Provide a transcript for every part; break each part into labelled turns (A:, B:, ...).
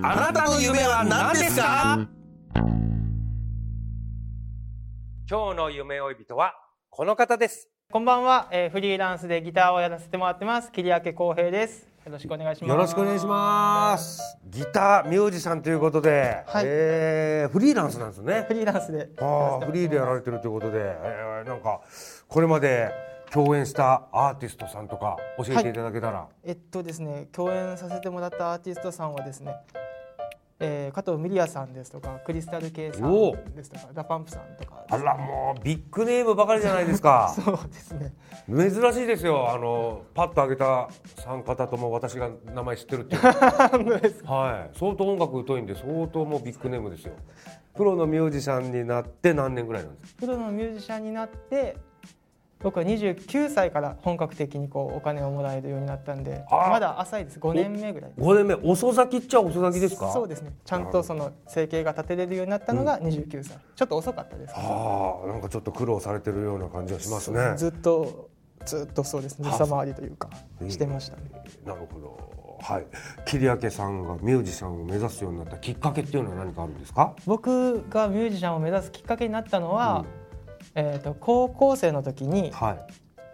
A: あなたの夢は何ですか
B: 今日の夢追い人はこの方です
C: こんばんは、えー、フリーランスでギターをやらせてもらってます桐明光平ですよろしくお願いします
B: よろしくお願いしますギターミュージシャンということで、
C: はい
B: えーフリーランスなんですね
C: フリーランスで
B: ああフリーでやられてるということで、えーなんかこれまで共演したアーティストさんとか教えていただけたら、
C: えっとですね共演させてもらったアーティストさんはですね、えー、加藤ミリアさんですとかクリスタル K さ
B: おお
C: んですとかダパンプさんとか
B: あらもうビッグネームばかりじゃないです か
C: そうですね
B: 珍しいですよあのパッと上げた3方とも私が名前知ってるっ ていうは
C: あのです
B: い相当音楽疎いんで相当もうビッグネームですよプロのミュージシャンになって何年ぐらいなんですか
C: プロのミュージシャンになって僕は29歳から本格的にこうお金をもらえるようになったんで
B: あ
C: まだ浅いです5年目ぐらい
B: 5年目遅咲きっちゃ遅咲きですか
C: そうですねちゃんとその生計が立てれるようになったのが29歳、ちょっと遅かったですけど
B: ああなんかちょっと苦労されてるような感じがしますね
C: ずっとずっとそうですね
B: あ
C: 憂さ回りというか
B: うん
C: してましたね、
B: なるほど。はい。桐明さんがミュージシャンを目指すようになったきっかけっていうのは何かあるんですか。
C: 僕がミュージシャンを目指すきっかけになったのは、えー、と高校生の時に、
B: はい。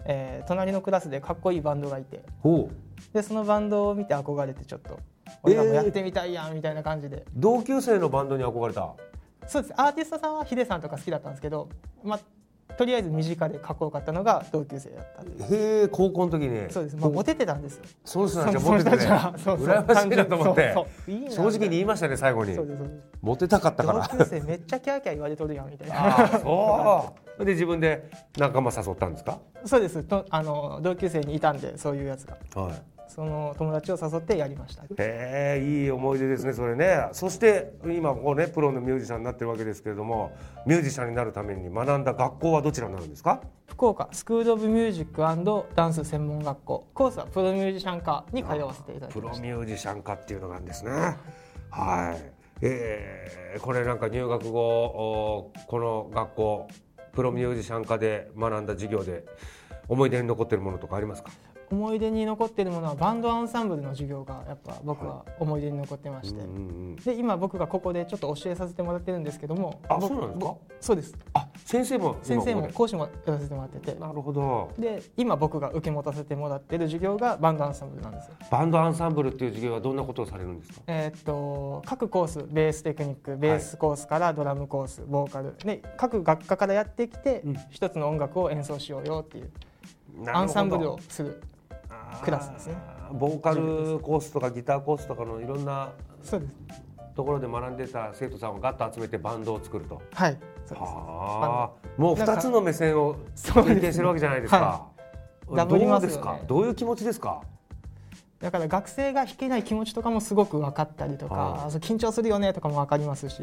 C: えー隣のクラスでかっこいいバンドがいて
B: ほう。
C: でそのバンドを見て憧れてちょっと俺らもやってみたいやんみたいな感じで、
B: 同級生のバンドに憧れた。
C: そうですアーティストさんはヒデさんとか好きだったんですけど、まあ、とりあえず身近でかっこよかったのが同級生だったとい
B: へ
C: う
B: え、高校の時に。
C: そうです、まあ、モテてたんですよ
B: その人た
C: そ
B: ちは
C: の
B: モテて
C: 人
B: ね
C: たちはそうそう
B: 羨ましいなと思って
C: そうそういいなみた
B: 正
C: いな
B: 直に言いましたね最後に
C: そうですそうです
B: モテたかったから
C: 同級生めっちゃキャーキャー言われとるやんみたいな
B: ああそうで自分で仲間誘ったんですか
C: そうですとあの同級生にいたんでそういうやつが
B: はい
C: その友達を誘ってやりました
B: へえいい思い出ですねそれねそして今こうねプロのミュージシャンになってるわけですけれどもミュージシャンになるために学んだ学校はどちらになるんですか
C: 福岡スクール・オブ・ミュージックダンス専門学校コースはプロミュージシャン科に通わせていただき
B: プロ
C: ました
B: ミュージシャン化っていうのがあるんですね。はい。えー、これなんか入学後おーこの学校プロミュージシャン化で学んだ授業で思い出に残ってるものとかありますか。
C: 思い出に残っているものはバンドアンサンブルの授業がやっぱ僕は思い出に残ってまして、
B: うんうん。
C: で今僕がここでちょっと教えさせてもらってるんですけども
B: あ、
C: 僕
B: そうなんですか。
C: そうです
B: あ、先生も
C: 先生
B: 今
C: も
B: ここ
C: 講師もやらせてもらってて
B: でなるほど。
C: で今僕が受け持たせてもらってる授業がバンドアンサンブルなんですよ
B: バンドアンサンブルっていう授業はどんなことをされるんですか。
C: えーっと各コースベーステクニックベースコースからドラムコースボーカルで各学科からやってきて
B: うん
C: 一つの音楽を演奏しようよっていう
B: なるほど
C: アンサンブルをするクラスですね
B: あーボーカルコースとかギターコースとかのいろんな
C: そうです
B: ところで学んでた生徒さんをガッと集めてバンドを作ると。
C: はいそうです
B: ああ、もう二つの目線を
C: そ
B: 経
C: うですね
B: 験してるわけじゃないですか
C: は。
B: どう
C: ダブります
B: で
C: よね
B: すか。どういう気持ちですか。
C: だから学生が弾けない気持ちとかもすごく分かったりと
B: は
C: か
B: い
C: そう緊張するよねとかも分かりますし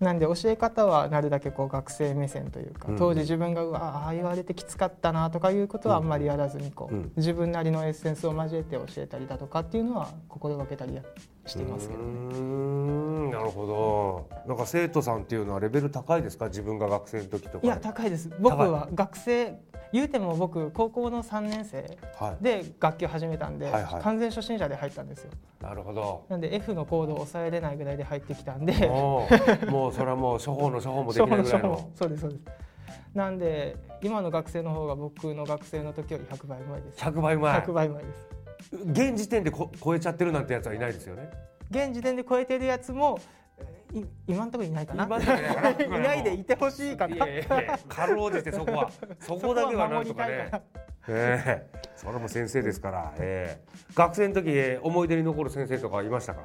C: なんで教え方はなるだけこう学生目線というか
B: うん
C: 当時自分がうわああ言われてきつかったなとかいうことはあんまりやらずにこ
B: う
C: うん自分なりのエッセンスを交えて教えたりだとかっていうのは心がけたりしてますけど
B: うーん、なるほど。なんか生徒さんっていうのはレベル高いですか。自分が学生の時とか。
C: いや高いです僕は学生言うても僕高校の3年生
B: は
C: で楽器を始めたんで、
B: はいはい
C: 完全初心者で入ったんですよ
B: い。なるほど。
C: なんで F のコードを抑えれないぐらいで入ってきたんで
B: もう、もうそれはもう処方の処方もでき ないぐらいの。
C: そうですそうですなんで今の学生の方が僕の学生の時より100倍前です
B: 100倍前
C: 100倍前です
B: 現時点でこ超えちゃってるなんてやつはいないですよね
C: 現時点で超えてるやつもえーい今のところいないかな。
B: 今のところいないかない
C: ないでいてほしいか
B: い
C: な。
B: やいやいやかろうじてそこ はそこだけはなんとかね
C: そこは守りたいから
B: ええそれも先生ですから、ええ学生の時ええ思い出に残る先生とかいましたか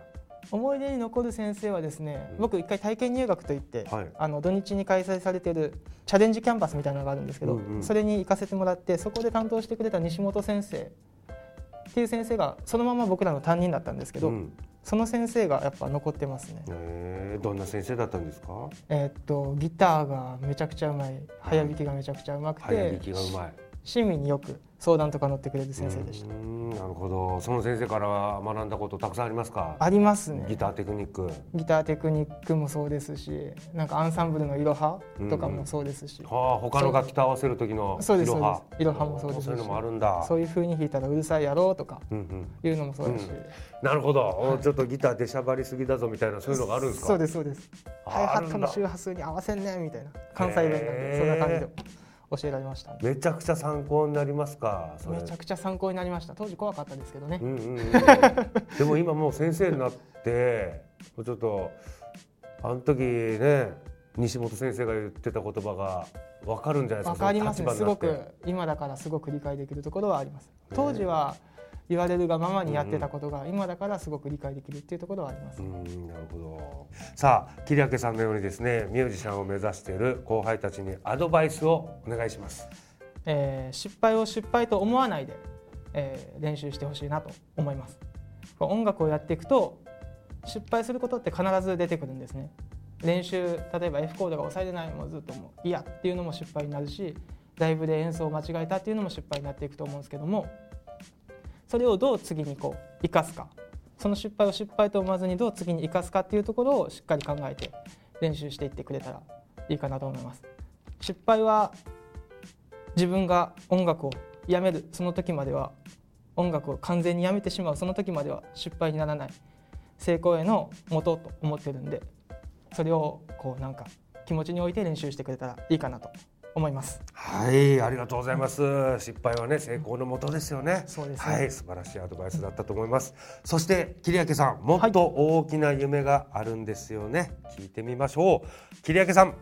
C: 思い出に残る先生はですね、僕一回体験入学といって、
B: はい
C: あの土日に開催されているチャレンジキャンパスみたいなのがあるんですけど、
B: うんうん
C: それに行かせてもらってそこで担当してくれた西本先生っていう先生がそのまま僕らの担任だったんですけど、
B: うん
C: その先生がやっぱ残ってますね、
B: ええどんな先生だったんですか
C: えーっとギターがめちゃくちゃうまい早弾きがめちゃくちゃうまくて、
B: 早弾きがうまい
C: 市民によく相談とか乗ってくれる先生でした、
B: うーんなるほどその先生から学んだことたくさんありますか
C: ありますね
B: ギターテクニック
C: ギターテクニックもそうですしなんかアンサンブルの「いろは」とかもそうですし、
B: はあ他の楽器と合わせる時の
C: そうです
B: いろは
C: そうですいろはもそうですし
B: そういうのもあるんだ
C: そういう風に弾いたらうるさいやろうとか
B: うんうん
C: いうのもそうだし、
B: うんなるほど、おちょっとギター出しゃばりすぎだぞみたいなそういうのがあるんですか
C: そうですそうです
B: あ
C: ハイハ
B: ある
C: ッ
B: ん
C: ト
B: だ
C: の周波数に合わせんねみたいな関西弁な
B: へ
C: んで
B: ー
C: そんな感じで教えられましたね
B: めちゃくちゃ参考になりますかそれ
C: めちゃくちゃ参考になりました当時怖かったですけどね
B: うんうんうん、 でも今もう先生になってもうちょっとあの時ね西本先生が言ってた言葉が分かるんじゃないで
C: わ
B: すか
C: かりま
B: そ
C: すね
B: の立
C: す
B: 場
C: ご
B: になって
C: く今だからすごく理解できるところはあります当時は言われるがままにやってたことが今だからすごく理解できるっていうところはあります、
B: うんなるほどさあ桐明さんのようにですねミュージシャンを目指している後輩たちにアドバイスをお願いします
C: えー失敗を失敗と思わないで、えー練習してほしいなと思いますこう音楽をやっていくと失敗することって必ず出てくるんですね練習例えば F コードが押さえてないもうずっともういやっていうのも失敗になるしライブで演奏を間違えたっていうのも失敗になっていくと思うんですけどもそれをどう次にこう生かすかその失敗を失敗と思わずにどう次に生かすかっていうところをしっかり考えて練習していってくれたらいいかなと思います失敗は自分が音楽をやめるその時までは音楽を完全にやめてしまうその時までは失敗にならない成功への元と思ってるんでそれをこうなんか気持ちに置いて練習してくれたらいいかなと思います
B: はい、ありがとうございます。失敗はね、成功のもとですよね。
C: そうですね
B: はい、素晴らしいアドバイスだったと思います。そして、桐明さん、もっと大きな夢があるんですよね。聞いてみましょう。桐明さん、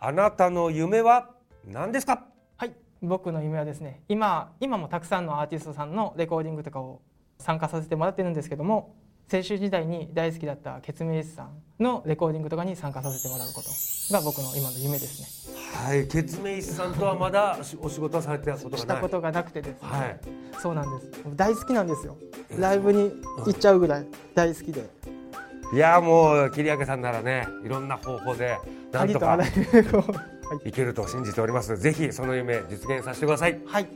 B: あなたの夢は何ですか。
C: はい僕の夢はですね今今もたくさんのアーティストさんのレコーディングとかを参加させてもらってるんですけども青春時代に大好きだったケツメイシさんのレコーディングとかに参加させてもらうことが僕の今の夢ですね
B: はい、ケツメイシさんとはまだお仕お仕事はされてたこと
C: し
B: が
C: た
B: ない。
C: ことがなくてですね、
B: はい。
C: そうなんです大好きなんですよライブに行っちゃうぐらい大好きで
B: いや、もう桐明さんならね、いろんな方法で、な
C: あ
B: ん
C: り
B: と
C: とあ。
B: から
C: ゆるこうはい
B: いけると信じております。ぜひ、その夢実現させてください。
C: はい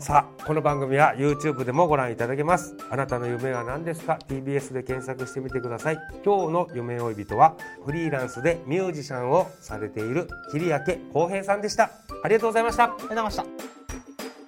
B: さあこの番組は YouTube でもご覧いただけますあなたの夢は何ですか TBS で検索してみてください今日の夢追い人はフリーランスでミュージシャンをされている桐明光平さんでしたありがとうございました
C: ありがとうございました